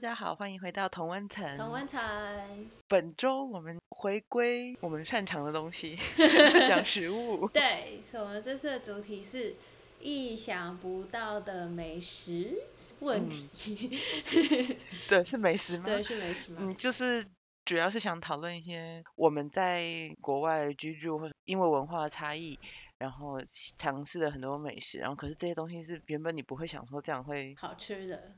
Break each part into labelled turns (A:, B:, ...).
A: 家好，欢迎回到同温层。
B: 同温层，
A: 本周我们回归我们擅长的东西， 讲食物。
B: 对，我们这次的主题是意想不到的美食
A: 嗯
B: 问题。
A: 对，是美食吗？
B: 对，是美食吗
A: 嗯，？就是主要是想讨论一些我们在国外居住或者因为文化差异，然后西尝试了很多美食，然后可是这些东西是原本你不会想说这样会
B: 好吃的，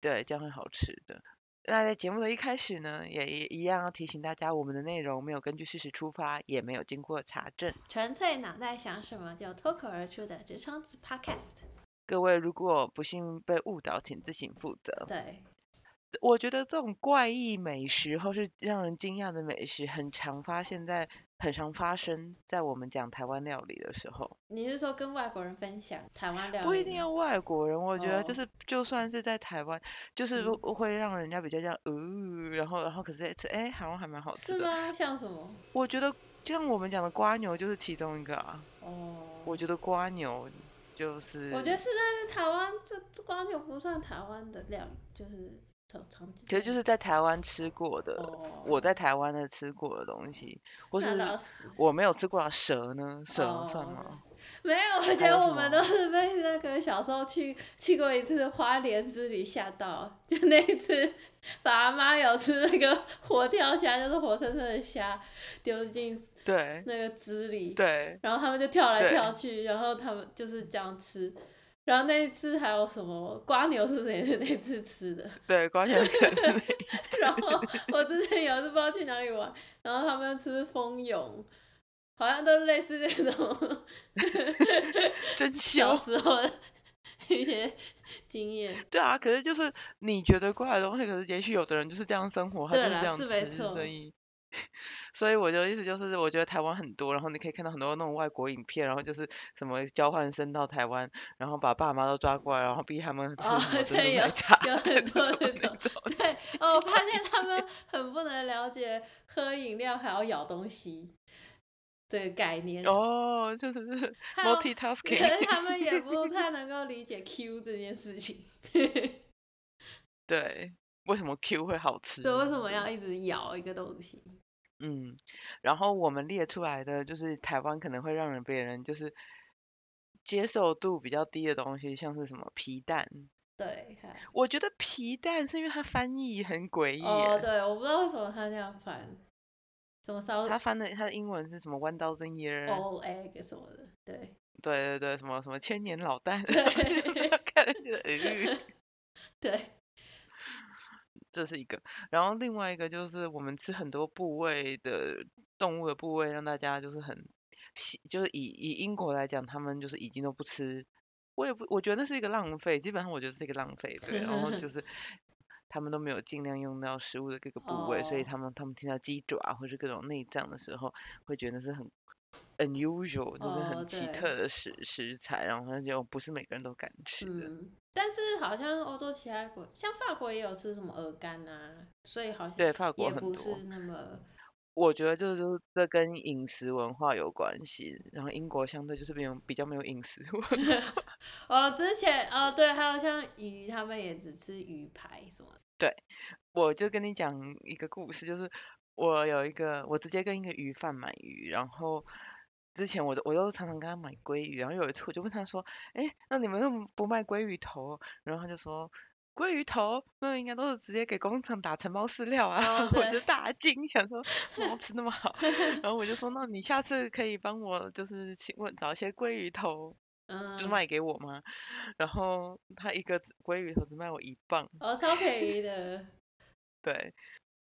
A: 对这样会好吃的。那在节目的一开始呢，也一样要提醒大家，我们的内容没有根据事实出发，也没有经过查证。
B: 纯粹脑袋想什么就脱口而出的职场子 Podcast。
A: 各位如果不幸被误导，请自行负责。
B: 对，
A: 我觉得这种怪异美食或是让人惊讶的美食，很常发现在很常发生在我们讲台湾料理的时候，
B: 你是说跟外国人分享台湾料理？
A: 不一定要。外国人。我觉得就
B: 哦
A: 是、就算是在台湾，就是
B: 嗯
A: 会会让人家比较这样，呃，然后然后可是吃，哎，好像还蛮好吃
B: 是
A: 的。
B: 吗？像什 么？
A: 我觉得就像我们讲的瓜牛就是其中一个啊，
B: 哦，
A: 我觉得瓜牛就是，
B: 我觉得是但是台湾，这这光牛不算台湾的料理，就是常常见。
A: 其实就是在台湾吃过的。
B: 哦，
A: 我在台湾的吃过的东西，或
B: 那
A: 是
B: 倒是
A: 我没有吃过啊蛇呢，蛇算
B: 哦
A: 吗？
B: 没有，我觉得我们都是被那个小时候去去过一次花莲之旅吓到，就那一次，爸妈有吃那个活跳虾，就是活生生的虾丢进
A: 对
B: 那个汁里，
A: 对，
B: 然后他们就跳来
A: 对
B: 跳去，然后他们就是这样吃。然后那一次还有什么瓜牛是不是也是 那次吃的？
A: 对，瓜牛可是
B: 然后我之前有一次不知道去哪里玩，然后他们吃蜂蛹，好像都类似这种。
A: 真
B: 小
A: 香。
B: 时候的 一些经验。
A: 对啊，可是就是你觉得怪的东西，可是也许有的人就是这样生活，他就
B: 对
A: 是
B: 啦
A: 这样
B: 是没
A: 吃，所
B: 错
A: 以。所以我的意思就是，我觉得台湾很多，然后你可以看到很多那种外国影片，然后就是什么交换生到台湾，然后把爸妈都抓过来，然后逼他们吃
B: 哦
A: 什么珍
B: 对
A: 珠奶
B: 有
A: 茶，
B: 有 很多
A: 那
B: 这
A: 种
B: 种对，哦，我发现他们很不能了解喝饮料还要咬东西的概念，
A: 那种哦，就是就是
B: 还有可
A: multitasking，
B: 是他们也不太能够理解 Q 这件事情，
A: 对，为什么 Q 会好吃？
B: 对，为什么要一直咬一个东西？
A: 嗯，然后我们列出来的就是台湾可能会让人别人就是接受度比较低的东西，像是什么皮蛋。
B: 对，还
A: 我觉得皮蛋是因为它翻译很诡异
B: 哦，
A: 耶，
B: 对，我不知道为什么他那样翻，什么烧
A: 它翻的它的英文是什么 one thousand year，、
B: all egg 什么的，对，
A: 对对对，什么什么千年老蛋，
B: 对
A: 看了觉得呃，
B: 对，
A: 这是一个。然后另外一个就是我们吃很多部位的动物的部位，让大家就是很喜，就是以以英国来讲，他们就是已经都不吃。我也不，我觉得那是一个浪费，基本上我觉得是一个浪费，对。然后 就是他们都没有尽量用到食物的各个部位，所以
B: 哦
A: 他们他们听到鸡爪或是各种内脏的时候，会觉得是很 unusual，就是
B: 哦
A: 很奇
B: 对
A: 特的食食材，然后他就不是每个人都敢吃的。
B: 嗯，但是好像欧洲其他国，像法国也有吃什么鹅肝啊，所以好像
A: 对，法国
B: 也
A: 很多。
B: 不是那么
A: 我觉得这就是这跟饮食文化有关系，然后英国相对就是没有比较没有饮食文化
B: 哦。之前哦，对，还有像鱼，他们也只吃鱼排什么的。
A: 我就跟你讲一个故事，就是我有一个，我直接跟一个鱼贩买鱼，然后之前我都我都常常跟他买鲑鱼，然后有一次我就问他说，哎，那你们为什么不卖鲑鱼头？然后他就说。鲑鱼头那应该都是直接给工厂打成包饲料啊！
B: 哦
A: 我就
B: 对
A: 大惊，想说怎么吃那么 好？然后我就说，那你下次可以帮我就是请问找一些鲑鱼头
B: 嗯，
A: 就是卖给我嘛，然后他一个只鲑鱼头只卖我一磅，
B: 哦，超便宜的，
A: 对，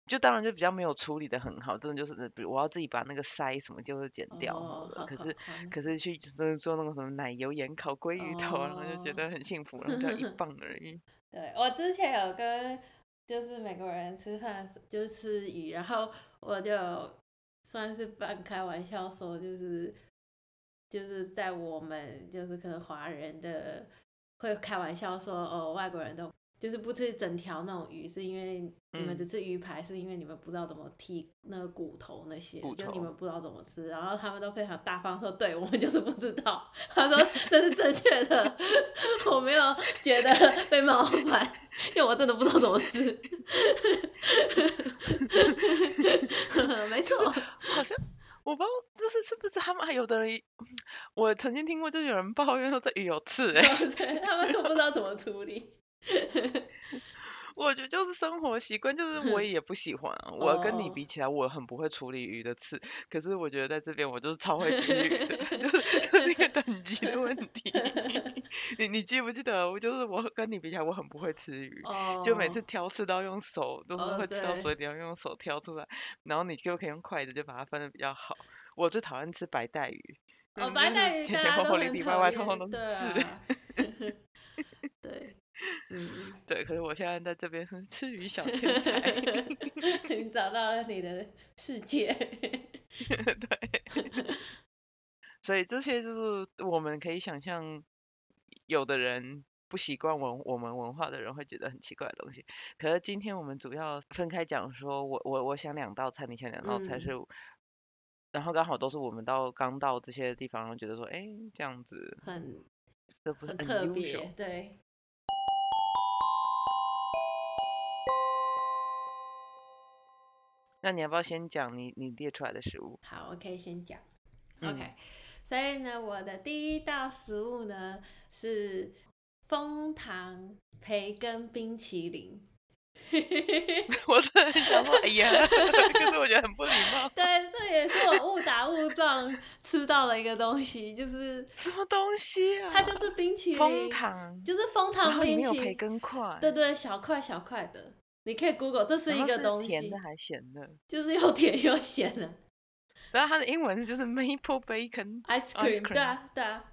A: 就当然就比较没有处理的很好，真的就是比如我要自己把那个鳃什么就是剪 掉好
B: 哦
A: 了，
B: 好
A: 可
B: 好
A: 是
B: 好
A: 可是去真的做那个什么奶油盐烤鲑鱼头，然后就觉
B: 哦
A: 得很幸福，然后就一磅而已，
B: 对，我之前有跟就是美国人吃饭的时，就是吃鱼，然后我就算是半开玩笑说，就是就是在我们就是可能华人的会开玩笑说，哦，外国人都就是不吃整条那种鱼，是因为你们
A: 嗯
B: 只吃鱼排，是因为你们不知道怎么剔那个骨头那些，
A: 骨
B: 就
A: 头
B: 你们不知道怎么吃，然后他们都非常大方说，对我们就是不知道，他说这是正确的，我没有觉得被冒犯，因为我我真的不知道怎么吃。 没错，
A: 好像我不知道，这是是不是他们还有的人，嗯我曾经听过，就是有人抱怨说这鱼有刺、欸，
B: 对他们都不知道怎么处理。
A: 我觉得就是生活习惯，就是 我也不喜欢啊。我跟
B: 哦
A: 你比起来，我很不会处理鱼的刺，可是我觉得在这边我就是超 会吃鱼的，就是 就是一个等级的问题。你你记不记得？我就是我跟你比起来，我很不会吃鱼，
B: 哦，
A: 就每次挑刺都要用手，都是
B: 哦
A: 会吃到
B: 对
A: 嘴里要用手挑出来，然后你就可以用筷子就把它分的比较好。我最讨厌吃白带鱼，
B: 哦，
A: 嗯
B: 白
A: 就是
B: 带鱼
A: 前
B: 大
A: 前
B: 家
A: 后
B: 都
A: 后里
B: 很
A: 里外
B: 讨
A: 外
B: 厌，
A: 通通都是
B: 对
A: 刺。
B: 啊，对，嗯，
A: 对，可是我现在在这边 是吃鱼小 天才。
B: 你找到了你的世界，
A: 所以这些就是我们可以想象，有的人不习惯文我们文化的人会觉得很奇怪的东西。可是今天我们主要分开讲说，我我我想两道菜，你想两道菜
B: 嗯
A: 是，然后刚好都是我们到刚到这些地方，然后觉得说，哎，这样子
B: 很
A: 这不是
B: 很特
A: unusual
B: 别，对，
A: 那你要不要先讲你你列出来的食 物？
B: 好，我可以先讲。
A: 嗯
B: OK，所以呢，我的第一道食物呢是枫糖培根冰淇淋。
A: 我是很想说，哎呀， 可是我觉得很不礼貌，
B: 对，这也是我误打误撞吃到了一个东西，就是
A: 什么东西啊？
B: 它就是冰淇淋，
A: 枫糖，
B: 就是枫
A: 然
B: 糖
A: 后里
B: 冰
A: 面有
B: 淇
A: 培
B: 淋，
A: 根块，
B: 对对，小块小块的，你可以 Google，这是
A: 然
B: 一
A: 后
B: 个东
A: 甜
B: 西
A: 的，还咸的。
B: 就是又 甜又咸的
A: 然后它的英文是就是 maple bacon，
B: ice
A: Ice
B: cream，对啊对啊。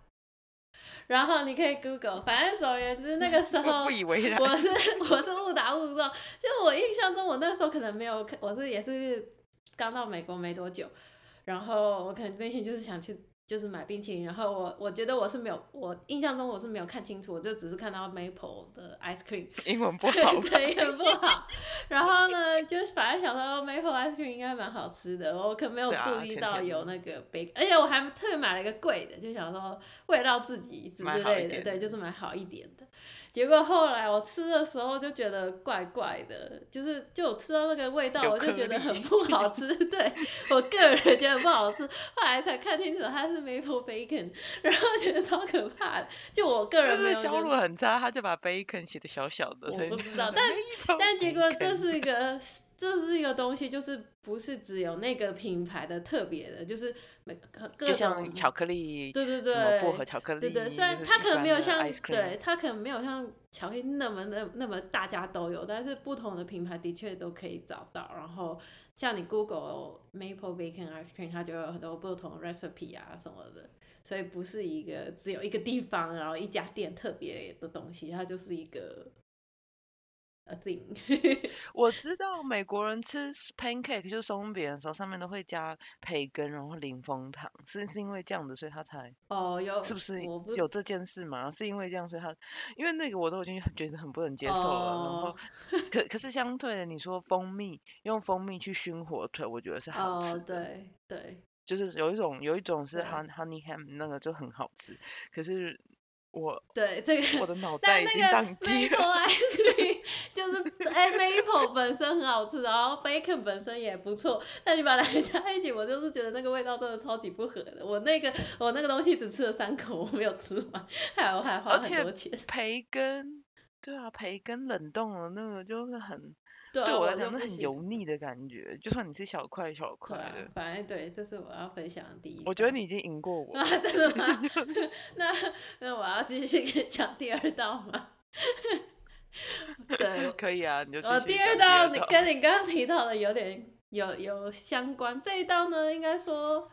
B: 然后你可以 Google，反正总而言之，那个时
A: 我
B: 候
A: 不以为然。
B: 我是 我是误打误撞，就我印象中我那时候可能没有，我是也是刚到美国没多久，然后我可能内心就是想去就是买冰淇淋，然后我我觉得我是没有，我印象中我是没有看清楚，我就只是看到 maple 的 ice cream，
A: 英 文不好，
B: 对，也不 好。然后呢，就是反正想说 maple ice cream 应该蛮好吃的，我可没有
A: 对啊
B: 注意到
A: 甜甜的
B: 有那个 bacon，而且我还特别买了一个贵的，就想说味道自己之
A: 买好一
B: 类的，
A: 点
B: 对，
A: 的
B: 就是买好一点的。结果后来我吃的时候就觉得怪怪的，就是就我吃到那个味道，
A: 有
B: 我就
A: 颗
B: 觉得
A: 粒
B: 很不好吃。 对我个人觉得不好吃，后来才看清楚它是 maple bacon，然后觉得超可怕的。就我个
A: 但
B: 人没
A: 是
B: 有觉
A: 销
B: 得
A: 路很差，他就把 bacon 写的小小的，
B: 我
A: 所以
B: 不
A: 就
B: 知
A: 是
B: 道
A: maple
B: 但
A: bacon
B: 但结果这是一个， 这是一个东西，就是不是只有那个品牌的特别的，就是每各
A: 就
B: 种
A: 像巧克力，
B: 对对
A: 什么薄荷
B: 对。
A: 巧克力，
B: 对对，虽然
A: 就是
B: 它
A: 一
B: 可能
A: 般
B: 没有
A: 的
B: 像
A: ice cream 啊
B: 对它可能没有像巧克力那么那那么大家都有，但是不同的品牌的确都可以找到。然后像你 Google maple bacon ice cream，它就有很多不同的 recipe 啊什么的，所以不是一个只有一个地方，然后一家店特别的东西，它就是一个 a thing。
A: 我知道美国人吃 pancake 就是松饼的时候，上面都会加培根，然后淋枫糖，是是因为这样子，所以他才
B: 哦，有
A: 是不是
B: 我不哦
A: 有这件事吗？是因为这样，所以他因为那个我都已经很觉得很不能接受了。然后
B: 哦
A: 可可是相对的，你说蜂蜜用蜂蜜去熏火腿，我觉得是好吃
B: 哦，
A: 的，
B: 对对，
A: 就是有一种有一种是
B: 对
A: hon honey ham 那个就很好吃，可是 我
B: 对，这个
A: 我的脑袋
B: 但
A: 已
B: 那
A: 经
B: 个
A: 宕机
B: maple
A: 了。
B: ice cream 就是哎 maple 本身很好吃，然后 bacon 本身也不错，但你把两个加一起，我就是觉得那个味道真的超级不合的。我那个我那个东西只吃了三口，我没有吃完，还我还花
A: 而
B: 很
A: 且
B: 多钱。
A: 培根，对啊，培根冷冻了那个就是很
B: 对
A: 对
B: 啊，
A: 我
B: 我
A: 来
B: 就
A: 讲是
B: 不
A: 很
B: 喜
A: 油腻的感觉，就算你是小块小块
B: 对啊
A: 的，，
B: 反正对，这是我要分享的第一道。
A: 我觉得你已经赢过我。
B: 啊， 真的吗？那那我要继续跟你讲第二道吗？ 对，
A: 可以啊，你就
B: 我
A: 继续
B: 呃第二
A: 讲
B: 道你跟你刚刚提到的有点有有相关，这一道呢，应该说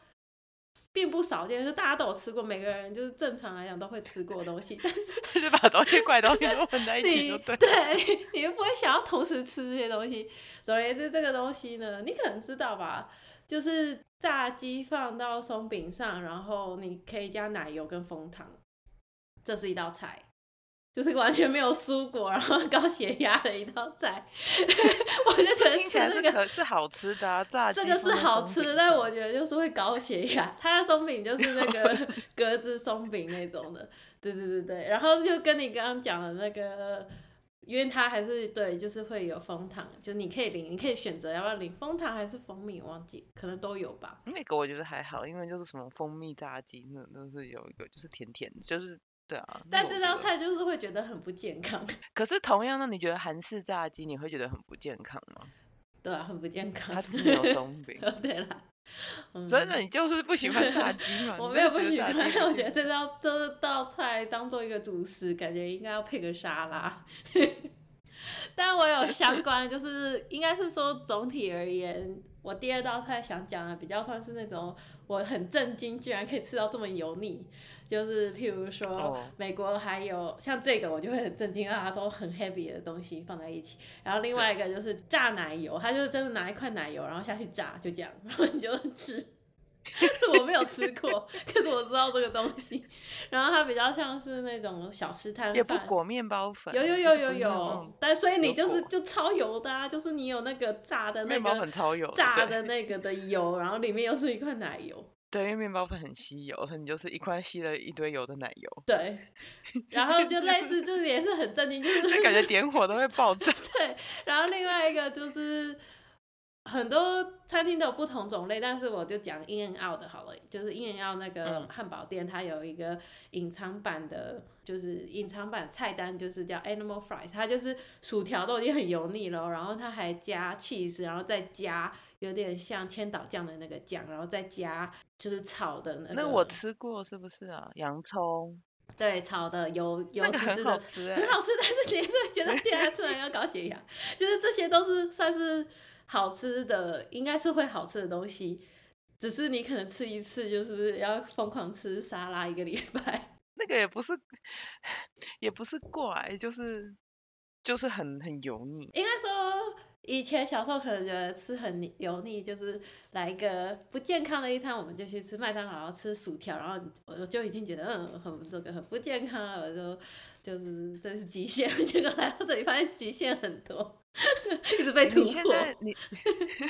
B: 并不少见，就大家都有吃过，每个人就是正常来讲都会吃过的东西，但是
A: 就把东西怪东西都混在一起就
B: 你
A: 对。
B: 对，你又不会想要同时吃这些东西。总而言之，这个东西呢，你可能知道吧，就是炸鸡放到松饼上，然后你可以加奶油跟枫糖，这是一道菜。就是完全没有蔬果，然后高血压的一道菜， 我就觉得
A: 听起
B: 吃
A: 来
B: 那
A: 是
B: 个
A: 可是好吃的啊，炸鸡
B: 这个是
A: 放在
B: 好
A: 松
B: 吃，
A: 饼
B: 但
A: 上
B: 我觉得就是会高血压。它的松饼就是那 个格子松饼那种的，对对对对。然后就跟你刚刚讲的那个因为它还是对，就是会有蜂糖，就你可以淋，你可以选择要不要淋蜂糖还是蜂蜜，我忘记，可能都有吧。
A: 那个我觉得还好，因为就是什么蜂蜜炸鸡，那都是有一个就是甜甜的，就是对啊。那
B: 但
A: 个
B: 这
A: 我
B: 道
A: 觉得，
B: 菜就是会觉得很不健康，
A: 可是同样，那你觉得韩式炸鸡你会觉得很不健康吗？
B: 对啊，很不健康。
A: 它只是没有松饼，
B: 对啦，嗯
A: 真的，你就是不喜欢炸鸡嘛？
B: 我
A: 你
B: 没有
A: 就
B: 不
A: 是
B: 喜
A: 炸
B: 欢，
A: 鸡不
B: 我
A: 健
B: 觉得这道这道菜当做一个主食，感觉应该要配个沙拉。 但我有相关，就是应该是说总体而言，我第二道菜想讲的比较算是那种我很震惊，居然可以吃到这么油腻。就是譬如说
A: 哦，
B: 美国还有像这个，我就会很震惊，啊，都很 heavy 的东西放在一起。然后另外一个就是炸奶油，它就是真的拿一块奶油，然后下去炸，就这样，然后你就吃。 我没有吃过，可是我知道这个东西。然后它比较像是那种小吃摊
A: 也不
B: 饭，
A: 裹面包粉，
B: 有有
A: 就
B: 有
A: 是
B: 有
A: 不用
B: 有，但所以你
A: 有
B: 就是
A: 裹
B: 就超油的啊，就是你有那个炸的
A: 那种
B: 那
A: 面包粉
B: 个
A: 超有
B: 炸
A: 对
B: 的那个的油，然后里面又是一块奶油，
A: 对，因为面包粉很吸油，所以你就是一块吸了一堆油的奶油，
B: 对，然后就类似，就是也是很震惊，就是
A: 那感觉点火都会爆炸。
B: 对， 然后另外一个就是很多餐厅都有不同种类，但是我就讲 In and Out 的好了，就是 In and Out 那个
A: 嗯
B: 汉堡店，它有一个隐藏版的，就是隐藏版菜单，就是叫 Animal Fries，它就是薯条都已经很油腻了，然后它还加 cheese，然后再加有点像千岛酱的那个酱，然后再加就是炒的那个，
A: 那我吃过是不是啊？洋葱
B: 对炒的油油
A: 那个
B: 滋滋
A: 很
B: 的
A: 好吃哎、
B: 很好吃，但是你也是会觉得天啊，吃完要搞血压，就是这些都是算是好吃的，应该是会好吃的东西，只是你可能吃一次就是要疯狂吃沙拉一个礼拜。
A: 那个也不是也不是怪，就是就是很很油腻。
B: 应该说以前小时候可能觉得吃很腻油腻，就是来一个不健康的一餐，我们就去吃麦当劳，然后吃薯条，然后我就已经觉得嗯很这个很不健康了，我就就是这是极限， 结果来到这里发现极限很多， 一直被突
A: 哎你现
B: 破。
A: 在你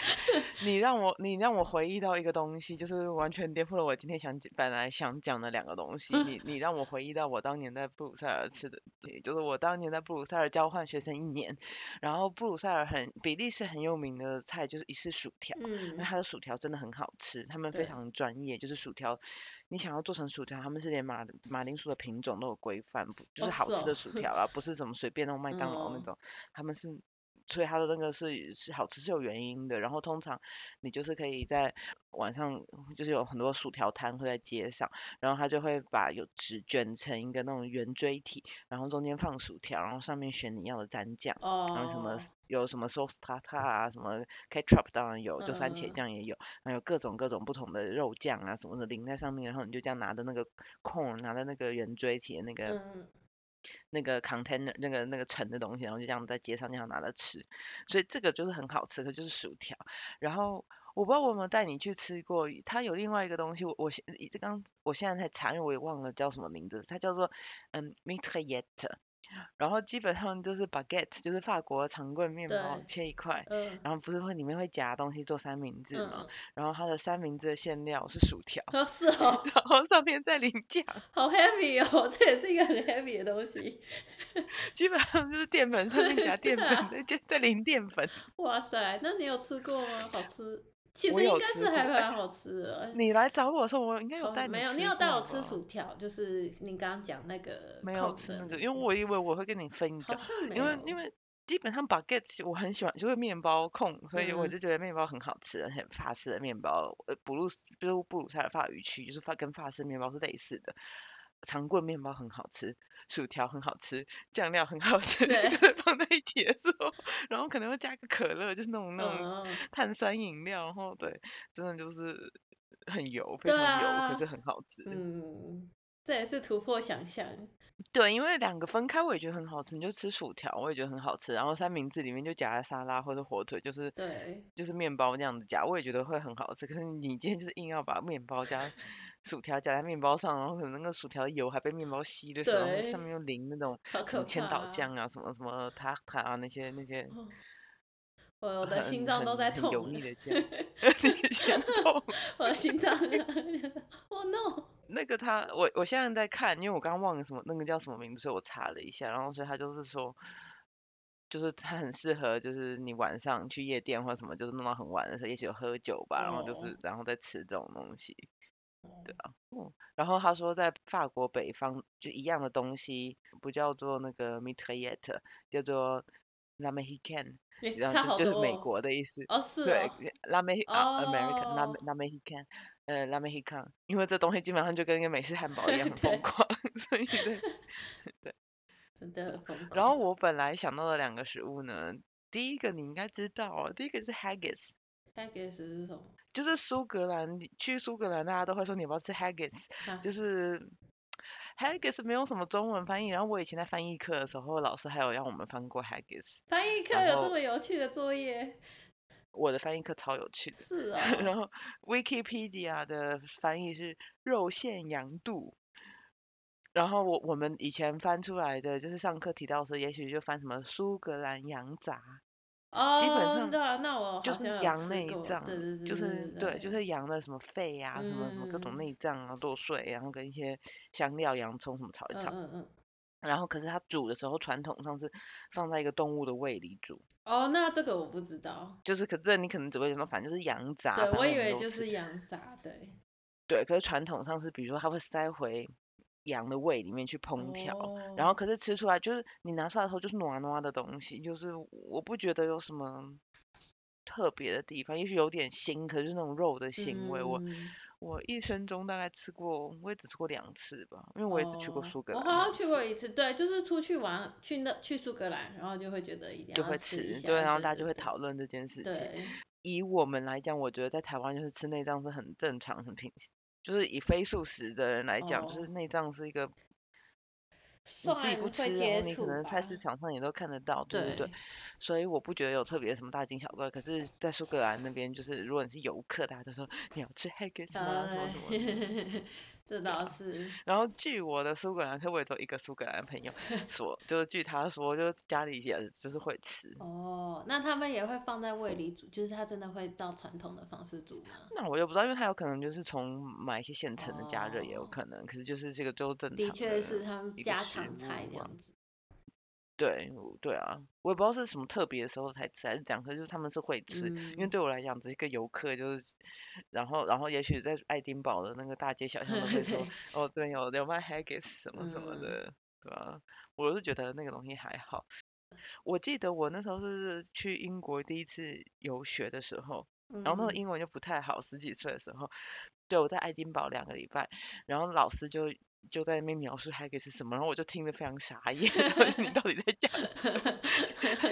A: 你让我你让我回忆到一个东西，就是完全颠覆了我今天想讲本来想讲的两个东西。 你你让我回忆到我当年在布鲁塞尔吃的，也就是我当年在布鲁塞尔交换学生一年，然后布鲁塞尔很比利时很有名的菜就是一式薯条，
B: 嗯
A: 那，它的薯条真的很好吃，他们非
B: 对
A: 常专业，就是薯条，你想要做成薯条，他们是连马铃马铃薯的品种都有规范，不就
B: 哦
A: 是好
B: 是
A: 吃
B: 哦
A: 的薯 条啊，不是什么随便弄麦当劳那
B: 嗯
A: 种，他们是。所以它的那个是是好吃是有原因的，然后通常你就是可以在晚上，就是有很多薯条摊会在街上，然后他就会把有纸卷成一个那种圆锥体，然后中间放薯条，然后上面选你要的蘸酱。
B: 哦，
A: 然后什么有什么 sauce tartar 啊，什么 ketchup 当然有，就番
B: 嗯嗯
A: 茄
B: 嗯
A: 酱也有，还有各种各种不同的肉酱啊什么的淋在上面，然后你就这样拿着那个空，拿着那个圆锥体的那个、
B: 嗯，
A: 那个 container 那个那个盛的东西，然后就这样在街上那样拿着吃，所以这个就是很好吃，可就是薯条。然后我不知道我有没有带你去吃过，它有另外一个东西，我我现这刚我现在才查，因为我也忘了叫什么名字，它叫做嗯 mitraillette。然后基本上就是 baguette，就是法国长棍面包
B: 对，
A: 切一块，
B: 嗯，
A: 然后不是会里面会夹东西做三明治
B: 嗯
A: 嘛，呃然后它的三明治的馅料是薯条，
B: 嗯是哦，
A: 然后上面再淋酱，
B: 好 heavy 哦，这也是一个很 heavy 的东西。
A: 基本上就是淀粉上面夹 淀粉，
B: 啊
A: 再加再淋淀粉。
B: 哇塞，那你有吃过吗？好吃，其
A: 我
B: 实应
A: 有
B: 该
A: 吃
B: 是还
A: 过
B: 蛮好吃的。
A: 你来找我的时候，我应该有
B: 好
A: 带你
B: 哦没有，
A: 吃
B: 你有带我
A: 过
B: 吃
A: 吧
B: 薯条，就是你刚刚讲那个
A: 没有
B: 空
A: 吃
B: 的
A: 那
B: 那
A: 个，因为我以为我会跟你分一
B: 好
A: 个，
B: 像没
A: 因为
B: 有，
A: 因为基本上 baguette 我很喜欢，就是面包控，所以我
B: 嗯
A: 就觉得面包很好吃，很法式的面包，呃，布鲁斯就是布鲁塞尔法语区，就是法跟法式面包是类似的。长棍面包很好吃，薯条很好吃，酱料很好吃，
B: 对
A: 放在一起的时候，然后可能会加个可乐，就是那种那种
B: 嗯，嗯
A: 碳酸饮料，然后对，真的就是很油，非
B: 对
A: 常油，
B: 啊
A: 可是很好吃。
B: 嗯，这也是突破想象。
A: 对，因为两个分开我也觉得很好吃，你就吃薯条，我也觉得很好吃，然后三明治里面就夹沙拉或者火腿，就是
B: 对，
A: 就是面包那样子夹，我也觉得会很好吃。可是你今天就是硬要把面包 加薯条夹在面包上，然后可能那个薯条的油还被面包吸的时候，然后上
B: 对
A: 面又淋那种
B: 好
A: 什
B: 可
A: 么千岛
B: 怕。
A: 酱啊，什么什么塔塔啊那些那些
B: 哦我的
A: 很
B: 心脏都
A: 很
B: 在
A: 很
B: 痛
A: 油
B: 了
A: 腻，的酱， 你先痛。
B: 我的心脏 ，Oh no！
A: 那个他，我我现在在看，因为我刚刚忘了什么那个叫什么名字，所以我查了一下，然后所以他就是说，就是它很适合，就是你晚上去夜店或者什么，就是弄到很晚的时候，也许有喝酒吧，然后就是
B: 哦
A: 然后再吃这种东西。
B: 嗯
A: 对啊，嗯，然后他说在法国北方就一样的东西，不叫做那个 mitraillette，叫做 la mexican，
B: 也
A: 然
B: 差
A: 后
B: 好
A: 就
B: 多
A: 就是美
B: 哦
A: 国的意思。
B: 哦，是
A: 对
B: 哦，
A: ，la me 啊，American la
B: 哦
A: la mexican，呃，la mexican，因为这东西基本上就跟一个美式汉堡一样很
B: 对
A: 疯狂， 所以对。
B: 真的很疯
A: 然后
B: 狂。
A: 我本来想到的两个食物呢，第一个你应该知道，哦第一个是 haggis，
B: haggis 是什么？
A: 就是苏格兰，你去苏格兰大家都会说你要不要吃 haggis，
B: 啊
A: 就是 haggis 没有什么中文翻译。然后我以前在翻译课的时候，老师还有让我们翻过 haggis，
B: 翻译课
A: 然
B: 有
A: 后
B: 这么有趣的作业？
A: 我的翻译课超有趣的。
B: 是
A: 然
B: 哦，
A: 后 Wikipedia 的翻译是肉馅羊肚。然后我我们以前翻出来的，就是上课提到的时候，也许就翻什么苏格兰羊杂，基本
B: 哦，
A: 上
B: 对啊，那我
A: 就
B: 好
A: 是
B: 像有
A: 羊
B: 吃
A: 内
B: 过，
A: 脏，
B: 对对对
A: 就是
B: 对
A: 对，
B: 对
A: 就是羊的什么肺啊，什么什么各种
B: 嗯
A: 内脏啊剁碎，然后跟一些香料、洋葱什么炒一
B: 嗯
A: 炒。
B: 嗯嗯，
A: 然后可是它煮的时候，传统上是放在一个动物的胃里煮，
B: 哦，那这个我不知道，
A: 就是可是你可能只会想到，反正就是羊杂，
B: 对
A: 反正
B: 我
A: 我
B: 以
A: 们
B: 为
A: 都
B: 就
A: 吃。
B: 是羊杂，对，
A: 对，可是传统上是，比如说它会塞回羊的胃里面去烹调，然后
B: 哦，
A: 可是吃出来就是你拿出来的时候就是暖暖的东西，就是我不觉得有什么特别的地方，也许有点腥，可是那种肉的腥味，我
B: 嗯，
A: 我一生中大概吃过，我也只吃过两次吧，因为我也只去过
B: 哦，
A: 苏格
B: 我
A: 兰
B: 好
A: 两
B: 像去过
A: 次，
B: 一次，对，就是出去玩，去那去苏格兰，然后就会觉得一定
A: 就
B: 要
A: 会
B: 吃一
A: 吃，对，
B: 下，
A: 然后
B: 对
A: 大家就
B: 对
A: 会
B: 对
A: 讨论这件事情。
B: 对，
A: 以我们来讲，我觉得在台湾就是吃内脏是很正常、很平，就是以非素食的人来讲，就是
B: 哦，
A: 内脏是一个你自己不吃，然后
B: 算会接
A: 你可
B: 触
A: 能菜市
B: 吧，
A: 场上也都看得到，对对对，
B: 对，
A: 所以我不觉得有特别什么大惊小怪。可是，在苏格兰那边，就是如果你是游客，大家都说你要吃 haggis 吗？什么什么的，
B: 对，嗯这
A: 对
B: 倒
A: 啊。
B: 是，
A: 然后据我的苏格兰客，我也只有一个苏格兰朋 友说，就是据他说，就是家里也就是会吃。
B: 哦，那他们也会放在胃里煮，就是他真的会照传统的方式煮吗？
A: 那我就不知道，因为他有可能就是从买一些现成的加热也有
B: 哦，
A: 可能，可是就是这个就正
B: 的
A: 常
B: 确
A: 的
B: 是他们
A: 一个
B: 家
A: 食
B: 常菜
A: 物
B: 这
A: 嘛。
B: 样子。
A: 对，我对啊，我也不知道是什么特别的时候才吃，还是讲，可是就是他们是会吃，因为
B: 嗯，
A: 对我来讲，只是一个游客就是，然后然后也许在爱丁堡的那个大街小巷都会说，
B: 对，
A: 哦，对，有有卖 haggis 什么什么
B: 嗯，
A: 的，对吧？我是觉得那个东西还好。
B: 嗯
A: 我记得我那时候是去英国第一次游学的时候，然后那时候
B: 嗯，
A: 英文就不太好，十几岁的时候，对，我在爱丁堡两个礼拜，然后老师就就在那边描述 haggis 是什么，然后我就听得非常傻眼， 到底你到底在讲什么？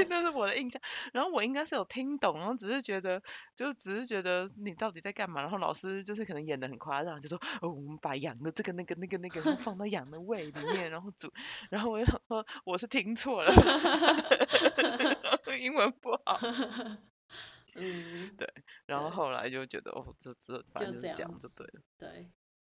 A: 那是我的印象，然后我应该是有听懂，然后只是觉得，就只是觉得你到底在干嘛？然后老师就是可能演的很夸张，就说哦，我们把羊的这个那个那个那个，然后放到羊的胃里面，然后煮，然后我就想说我是听错了 吧，英文不 好。
B: 嗯，
A: 对，然后
B: 对，
A: 后来就觉得哦，这这反
B: 就
A: 正就
B: 这
A: 是这样
B: 样
A: 就
B: 子，
A: 对了。
B: 对，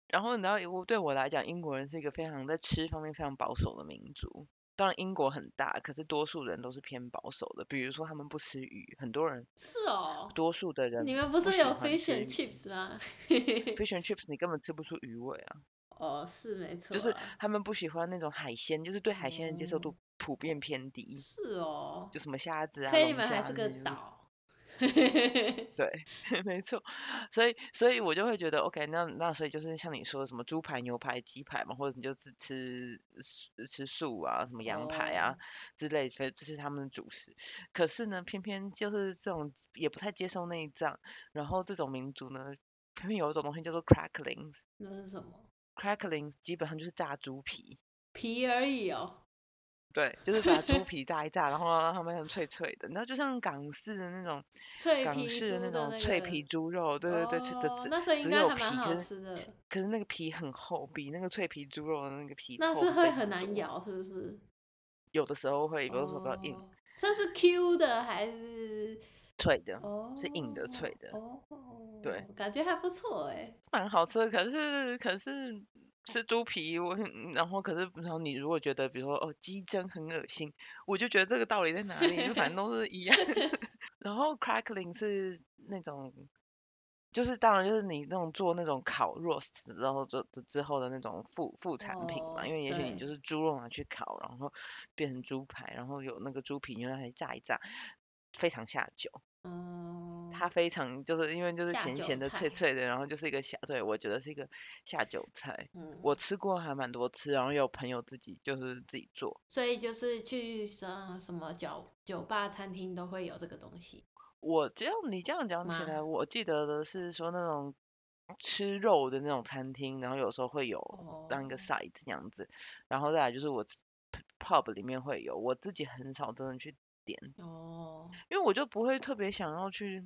A: 然后你知道，我对我来讲，英国人是一个非常在吃方面非常保守的民族。当然，英国很大，可是多数人都是偏保守的。比如说，他们不吃鱼，很多人，
B: 是哦，
A: 多数的人
B: 你们不
A: 不
B: 是有
A: 啊喜欢
B: fish
A: 吃
B: and
A: 鱼。
B: chips 吗？
A: Fish and chips，你根本吃不出鱼味啊。
B: 哦，是没
A: 就
B: 错
A: 是
B: 啊，
A: 他们不喜欢那种海鲜，就是对海鲜的接受
B: 嗯，
A: 度普遍偏低，
B: 是哦，
A: 就什么虾子啊、
B: 亏你
A: 龙
B: 们还
A: 虾
B: 是
A: 那些，
B: 个
A: 就是
B: 岛，
A: 对， 没错，所以所以我就会觉得，OK，那那所以就是像你说的什么猪排、牛排、鸡排嘛，或者你就只吃吃吃素啊，什么羊排啊
B: 哦，
A: 之类，所以这是他们的主食。可是呢，偏偏就是这种也不太接受内脏，然后这种民族呢，偏偏有一种东西叫做 cracklings。
B: 那是什么？
A: cracklings 基本上就是炸猪皮，
B: 皮而已哦。
A: 对，就是把猪皮炸一炸，然后让它们很脆脆的，然后就像港式的那种，
B: 脆
A: 港
B: 皮
A: 式的那
B: 猪的
A: 种
B: 那
A: 脆皮
B: 个，
A: 猪肉，对对对，是的，
B: 哦，
A: 只
B: 那所以应
A: 只
B: 该
A: 有
B: 还蛮
A: 皮，可
B: 好
A: 是
B: 吃的。
A: 可是那个皮很厚，比那个脆皮猪肉的那个皮
B: 那
A: 厚
B: 是
A: 很
B: 会
A: 非
B: 很
A: 常
B: 难
A: 多，
B: 咬，是不是？
A: 有的时候会，有的时候比较硬，
B: 哦，它是 Q 的还是？
A: 脆的，是硬的脆
B: 哦
A: 的，对，
B: 哦，感觉还不错哎。
A: 蛮好吃的。可是可是吃猪皮，我嗯然后可是然后你如果觉得比如说哦鸡胗很恶心，我就觉得这个道理在 哪里？就反正都是一样。然后 crackling 是那种。就是当然就是你那种做那种烤 roast 然后之之后的那种副副产品嘛，
B: 哦
A: 因为也许你
B: 对
A: 就是猪肉拿去烤，然后变成猪排，然后有那个猪皮牛奶炸一炸，非常下酒。
B: 嗯，
A: 它非常就是因为就是
B: 下
A: 咸
B: 酒
A: 咸的脆
B: 菜
A: 脆的，然后就是一个下，对我觉得是一个下酒菜。
B: 嗯
A: 我吃过还蛮多次，然后有朋友自己就是自己做，
B: 所以就是去什什么酒酒吧、餐厅都会有这个东西。
A: 我这样你这样讲起
B: 吗
A: 来，我记得的是说那种吃肉的那种餐厅，然后有时候会有
B: 哦，
A: 当一个 side 这样子，然后再来就是我吃 pub 里面会有，我自己很少真的去点，
B: 哦，
A: 因为我就不会特别想要去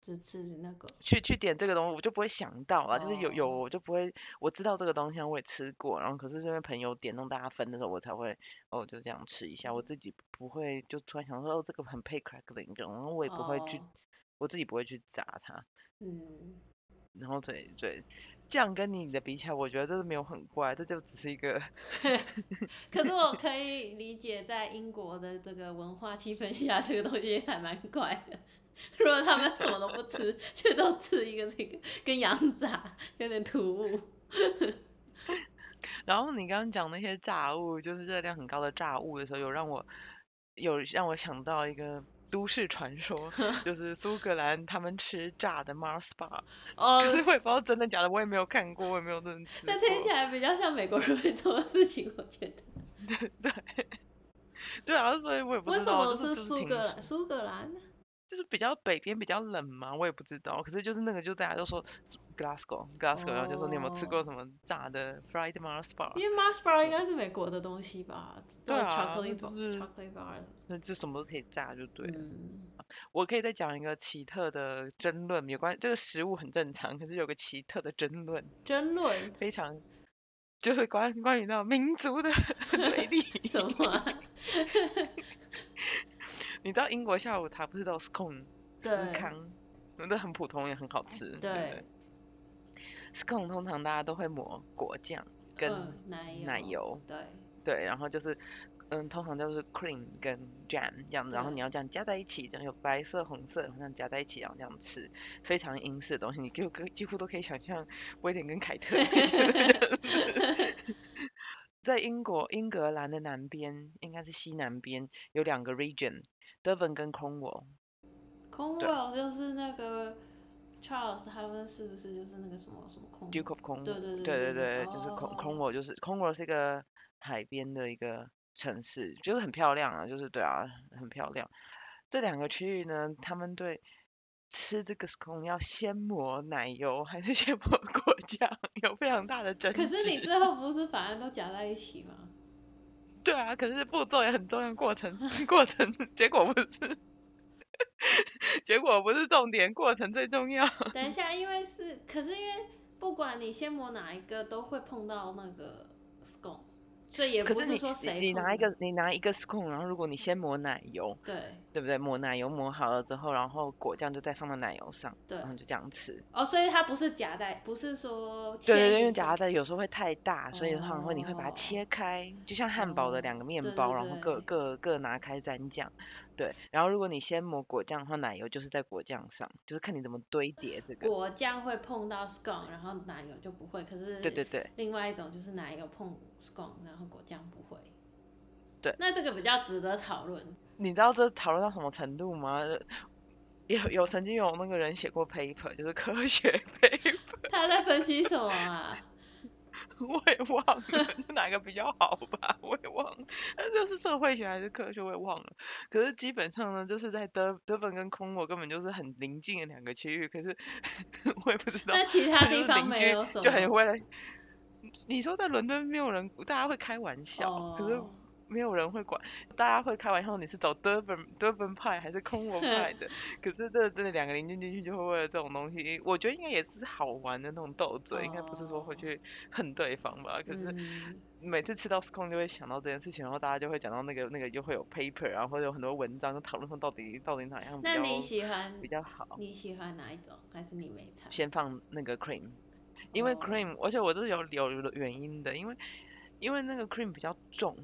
B: 就吃那个
A: 去去点这个东西，我就不会想到啊，就是有有
B: 哦
A: 我就不会，我知道这个东西啊我也吃过，然后可是是因为朋友点让大家分的时候，我才会哦就这样吃一下，我
B: 嗯
A: 自己不会就突然想说哦这个很配 crackling，然后我也不会去，
B: 哦
A: 我自己不会去炸它。
B: 嗯，
A: 然后对对，这样跟你的比起来，我觉得这是没有很怪，这就只是一个
B: 可是我可以理解，在英国的这个文化气氛下，这个东西还蛮怪的。如果他们什么都不吃，却都吃一个这个跟羊杂，有点突 兀。
A: 然后你刚刚讲那些炸物，就是热量很高的炸物的时候，有让我有让我想到一个都市传 说，就是苏格兰他们吃炸的 Mars bar，
B: 哦
A: 可，是我也不知道真的假的，我也没有看过，我也没有真的吃
B: 那听起
A: 过。
B: 来比较像美国人会做的事情，我觉得。
A: 对啊，所以我也不
B: 为
A: 知
B: 什
A: 道，
B: 么
A: 就是就是
B: 苏
A: 挺
B: 格兰？苏格兰？
A: 就是比较北边比较冷嘛，我也不知道。可是就是那个，就大家都说 Glasgow Glasgow，、然后就说你有没有吃过
B: 哦
A: 什么炸的 fried Mars bar？
B: 因为 Mars Bar 应该是美国的东西吧？
A: 对啊那
B: chocolate
A: 就
B: bar、
A: 是
B: chocolate bar。
A: 那就什么都可以炸，就对了。啊
B: 嗯，
A: 我可以再讲一个奇特的争论，有关这个食物很正常，可是有个奇特的争论，
B: 争论
A: 非常就是关关于到民族的 对立。
B: 什么啊、
A: 你知道英国下午茶不是都有 scone 司
B: 对哎
A: 康，那很普通也很好吃，对不
B: 对
A: 对？scone 通常大家都会抹果酱 跟
B: 嗯奶油
A: 奶油，
B: 对，
A: 对，然后就是，嗯，通常就是 cream 跟 jam 这样子，然后你
B: 对
A: 要这样加在一起，这样有白色、红色，然后这样加在一起，然后这样吃，非常英式的东西，你就可几乎都可以想象威廉跟凯特 在英国英格兰的南边，应该是西南边有两个 region，Devon 跟 Cornwall，
B: Cornwall 就是那个 Charles 他们是不是就是那个什么什么
A: Duke
B: Cornwall？
A: of Cornwall，
B: 对对
A: 对
B: 对
A: 对
B: 对对
A: 就是 Corn
B: 哦
A: Cornwall，就是 Cornwall 是一个海边的一个城市，就是很漂亮啊，就是对啊，很漂亮。这两个区域呢，他们对吃这个 scone 要先抹奶油还是先抹果酱，有非常大的争
B: 可
A: 执。
B: 是你最后不是反而都夹在一起 吗？
A: 对啊，可是步骤也很重要，过程过程结果不是。 结果不是重点，过程最重要。
B: 等一下，因为是，可是因为不管你先抹哪一个，都会碰到那个 scone，所以也
A: 可
B: 不
A: 是你
B: 说
A: 你
B: 谁
A: 你拿一
B: 碰
A: 个你拿一个 scone，然后如果你先抹奶油，
B: 对
A: 对不对？抹奶油抹好了之后，然后果酱就再放到奶油上，
B: 对
A: 然后就这样吃。
B: 哦，所以它不是夹在，不是说
A: 对对
B: 先
A: 对，因为
B: 一
A: 夹
B: 个
A: 在有时候会太大，所以通常会你会把它
B: 哦
A: 切开，就像汉堡的两
B: 哦
A: 个面
B: 对对
A: 包，然后各
B: 对
A: 各各拿开蘸酱。对，然后如果你先抹果酱的话，奶油就是在果酱上，就是看你怎么堆叠这个。
B: 果酱会碰到 scone，然后奶油就不会。可是
A: 对对对，
B: 另外一种就是奶油碰 scone，然后果酱不会。
A: 对，
B: 那这个比较值得讨论。
A: 你知道这讨论到什么程度吗？ 有有曾经有那个人写过 paper，就是科学 paper，
B: 他在分析什 么啊？
A: 我也忘了哪个比较好吧，我也忘了，这是社会学还是科学，我也忘了。可是基本上呢，就是在德德本跟空，我根本就是很临近的两个区域，可是我也不知道
B: 那其他地方没有什
A: 就是邻居就
B: 么？
A: 很会来。你说在伦敦没有人，大家会开玩笑，可是
B: 哦，
A: 没有人会管，大家会开玩笑你是走 Durban Durban 派还是空我派 的，可是这这两个邻居进去就会为了这种东西，我觉得应该也是好玩的那种斗嘴，应该不是说会
B: 哦
A: 去恨对方吧。可是
B: 嗯，
A: 每次吃到 scone 就会想到这件事情，然后大家就会讲到那个那个就会有 paper，然后会有很多文章就讨论说到底到底哪样比
B: 那
A: 较
B: 你喜欢
A: 比较好，
B: 你喜欢哪一种？还是你没差？
A: 先放那个 cream，因为
B: 哦
A: cream，、而且我这是有有有原因的，因为因为那个 cream 比较重，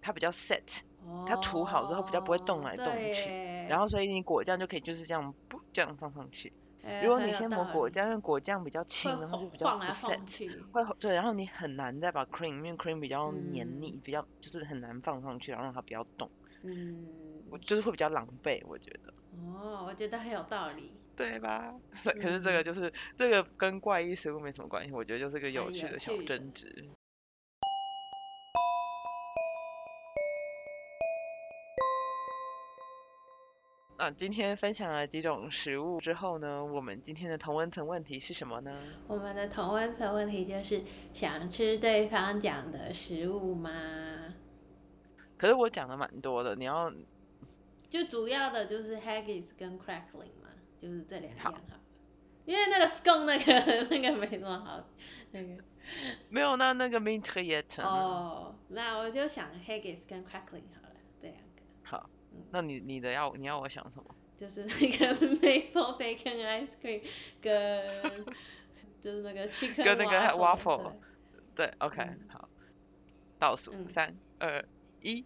A: 它比较 set。
B: 哦，
A: 它涂好之后比较不会动来动去
B: 去
A: 然后所以你果酱就可以就是这样不这样放上去，
B: 哎
A: 如果
B: 很
A: 你
B: 有
A: 先
B: 道
A: 抹果
B: 理
A: 酱，因为果酱比较轻，
B: 会
A: 然后就
B: 晃
A: 比较
B: 晃
A: 不
B: 来
A: set，
B: 晃去，
A: 会后对，然后你很难再把 cream，因为 cream 比较黏腻，比较就是很难放上去，然后让它比较动，
B: 嗯，
A: 我就是会比较狼狈，我觉得，
B: 哦，我觉得很有道理。
A: 对吧？ 所以可是这个
B: 嗯
A: 就是这个跟怪异食物没什么关系，我觉得就是个有
B: 很
A: 趣
B: 有
A: 的小
B: 趣的
A: 争 执。那今天分享了几种食物之后呢，我们今天的同温层问题是什么呢？
B: 我们的同温层问题就是想吃对方讲的食物吗？
A: 可是我讲的蛮多的，你要
B: 就主要的就是 haggis 跟 crackling 嘛，就是这两样
A: 好
B: 好了。因为那个 scone 那个 那个没什么好，那
A: 嗯
B: 个
A: 没有那那个 mint 也成啊。
B: 哦，那我就想 haggis 跟 crackling 好了，这两个
A: 好
B: 嗯，
A: 那你你的要你要我想什么？
B: 就是那个 maple bacon ice cream 跟就是那个 chicken
A: 跟那个 waffle
B: 对
A: 对，OK，
B: 嗯
A: 好，倒数
B: 嗯
A: 三二一，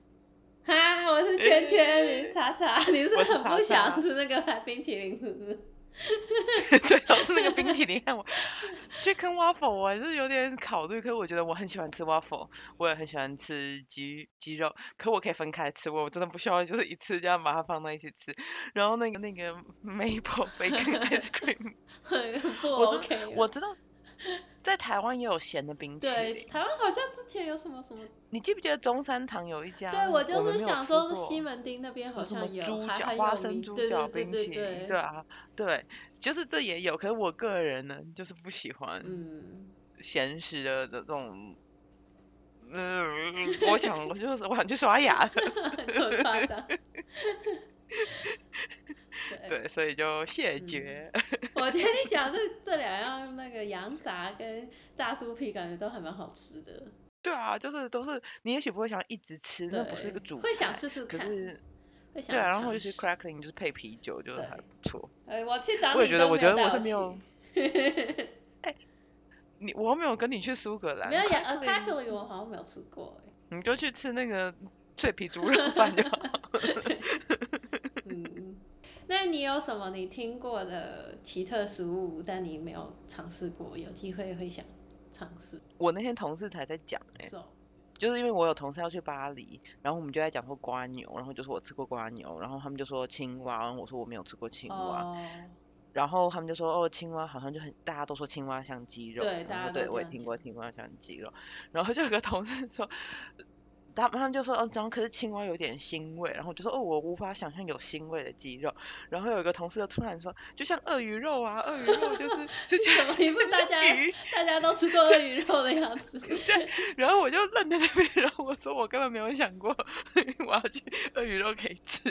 B: 哈，我是圈圈，你是叉叉， 你是
A: 我是
B: 很
A: 叉
B: 不想
A: 叉
B: 吃那个冰淇淋，是不是？
A: 对，老是那个冰淇淋和我 chicken waffle，我还是有点考虑，可是我觉得我很喜欢吃 waffle，我也很喜欢吃鸡鸡肉，可我可以分开吃，我真的不需要就是一次这样把它放在一起吃。然后那个那个 maple bacon ice cream，
B: 很不
A: 我
B: OK
A: 真
B: 了。
A: 的我知道，在台湾也有咸的冰淇
B: 对
A: 淋，
B: 台湾好像之前有什么什么，
A: 你记不记得中山堂有一家？
B: 对我就
A: 们
B: 是
A: 没有
B: 想
A: 吃
B: 说
A: 过
B: 西门町那边好
A: 有什么
B: 像有，
A: 猪
B: 还
A: 脚
B: 很
A: 花
B: 有
A: 生
B: 名，
A: 猪
B: 对
A: 脚
B: 对对
A: 冰
B: 对
A: 淇淋，
B: 对，
A: 对啊，对，就是这也有。可是我个人呢，就是不喜欢
B: 嗯，
A: 咸食的这种。嗯，我想，我就是我想去刷牙了，
B: 这么夸张。对，
A: 对，所以就谢
B: 嗯
A: 绝。
B: 我觉得你讲这这两样那个羊杂跟炸猪皮，感觉都还蛮好吃的。
A: 对啊，就是都是你也许不会想一直吃，那不是一个
B: 对，
A: 主
B: 会想
A: 菜
B: 试试
A: 可
B: 看，
A: 是
B: 会
A: 对
B: 想
A: 啊，然后
B: 尝
A: 就是
B: 试
A: crackling 就是配啤酒，就是还
B: 对
A: 不错。
B: 哎，我去找
A: 我也
B: 你
A: 觉得
B: 都
A: 我
B: 没
A: 觉
B: 有
A: 得
B: 带
A: 我
B: 我
A: 是没有 哎
B: 去
A: 你我又没有跟你去苏格兰
B: 没有呃羊 c a c
A: ，crackling
B: k l y 我好像没有吃过哎。
A: 你就去吃那个脆皮猪肉饭就好。
B: 嗯，那你有什么你听过的奇特食物，但你没有尝试过，有机会会想尝试？
A: 我那天同事才在讲、欸，
B: 手
A: 就是因为我有同事要去巴黎，然后我们就在讲说瓜牛，然后就说我吃过瓜牛，然后他们就说青蛙，然后我说我没有吃过青蛙，
B: 哦，
A: 然后他们就说哦青蛙好像就很大家都说青蛙像鸡肉，
B: 对
A: 然后
B: 大
A: 我
B: 家
A: 对
B: 都
A: 我
B: 这
A: 也
B: 样
A: 听
B: 讲
A: 过青蛙像鸡肉，然后就有个同事说。他们他们就说，嗯，然后可是青蛙有点腥味，然后我就说，哦，我无法想象有腥味的鸡肉。然后有一个同事就突然说，就像鳄鱼肉啊，鳄鱼肉就是 就
B: 怎么一副大 家
A: 像鱼，
B: 大家都吃过鳄鱼肉的样子？
A: 然后我就愣在那边，然后我说我根本没有想过 我要去鳄鱼肉可以吃，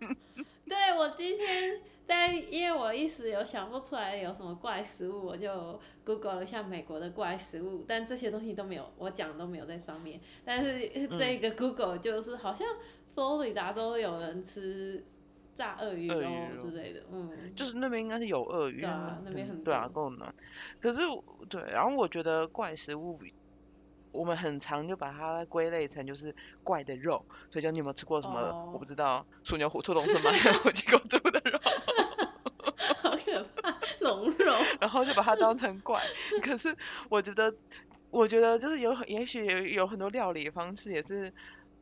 B: 对我今天在，因为我一时有想不出来有什么怪食物，我就 Google 了一下美国的怪食物，但这些东西都没有，我讲都没有在上面。但是
A: 嗯
B: 这个 Google 就是好像佛罗里达州有人吃炸鳄鱼
A: 鳄
B: 肉
A: 鱼肉
B: 之类的，嗯，
A: 就是那边应该是有鳄鱼，
B: 对啊那边
A: 嗯
B: 很
A: 对啊，
B: 多
A: 够暖。可是我对，然后我觉得怪食物，我们很常就把它归类成就是怪的肉，所以就你有没有吃过什么、我不
B: 哦
A: 知道属牛虎兔龙蛇 马羊虎鸡狗猪的肉，
B: 好可怕，龙 肉。
A: 然后就把它当成怪。 可是我觉得，我觉得就是有，也许有很多料理方式也是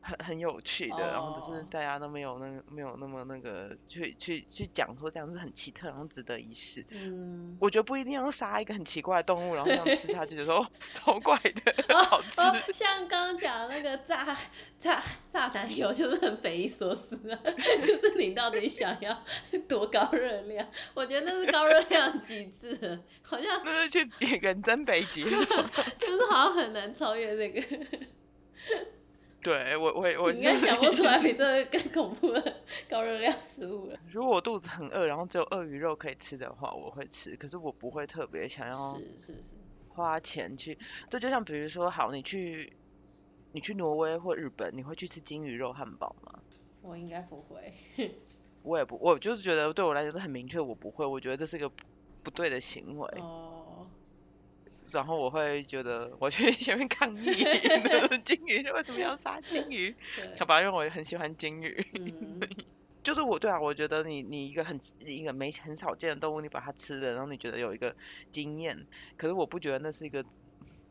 A: 很很有趣的，然后只是
B: 哦
A: 大家都没有那个没有那么那个去去去讲说这样是很奇特，然后值得一试。
B: 嗯，
A: 我觉得不一定要杀一个很奇怪的动物，然后这样吃它，就觉得哦超怪的， 好吃。
B: 哦，像刚刚讲的那个炸炸炸男友，就是很匪夷所思 啊，就是你到底想要多高热量？我觉得那是高热量极致了，好像
A: 那就去远征北极的时候。
B: 就是好像很难超越这个。
A: 对我我也 我
B: 你应
A: 就
B: 该
A: 是
B: 想不出来比这个更恐怖的高热量食 物了。
A: 如果我肚子很饿，然后只有鳄鱼肉可以吃的话，我会吃。可是我不会特别想要
B: 是是是，
A: 花钱去，这就像比如说，好，你去你去挪威或日本，你会去吃金鱼肉汉堡吗？
B: 我应该不会。
A: 我也不，我就是觉得对我来讲是很明确，我不会，我觉得这是个不不对的行为，
B: 哦，
A: 然后我会觉得我去前面抗议 金鱼为什么要杀金鱼？
B: 对
A: 好，吧，因为我也很喜欢金鱼，
B: 嗯，
A: 就是我对啊，我觉得你你一个很一个没很少见的动物，你把它吃了，然后你觉得有一个经验，可是我不觉得那是一个，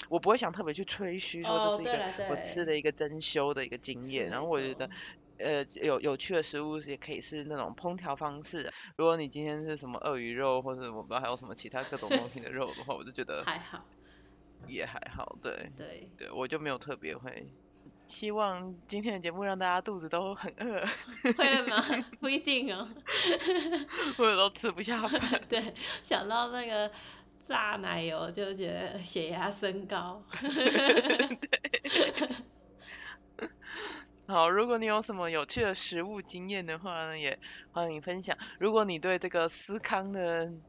A: 我不会想特别去吹嘘说这
B: 哦
A: 是一
B: 对
A: 个
B: 了
A: 我吃
B: 对
A: 的一个珍馐的一个经
B: 是
A: 验，然后
B: 没
A: 我觉得
B: 错
A: 呃，有有趣的食物是也可以是那种烹调方式。如果你今天是什么鳄鱼肉，或者我不知道还有什么其他各种东西的肉的话，我就觉得
B: 还好，
A: 也还好。对，
B: 对，
A: 对我就没有特别会。希望今天的节目让大家肚子都很饿，
B: 会吗？ 不一定哦。
A: 或者都吃不下饭。
B: 对，想到那个炸奶油就觉得血压升高。
A: 好，如果你有什么有趣的食物经验的话呢，也欢迎分享。如果你对这个司康的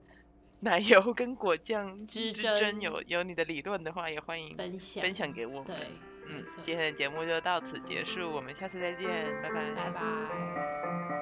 A: 奶油跟果酱
B: 之
A: 争
B: 争
A: 有有你的理论的话，也欢迎
B: 分享，
A: 分享给我们
B: 对。，没
A: 嗯
B: 错，
A: 今天的节目就到此结束，我们下次再见，拜拜。
B: 拜拜。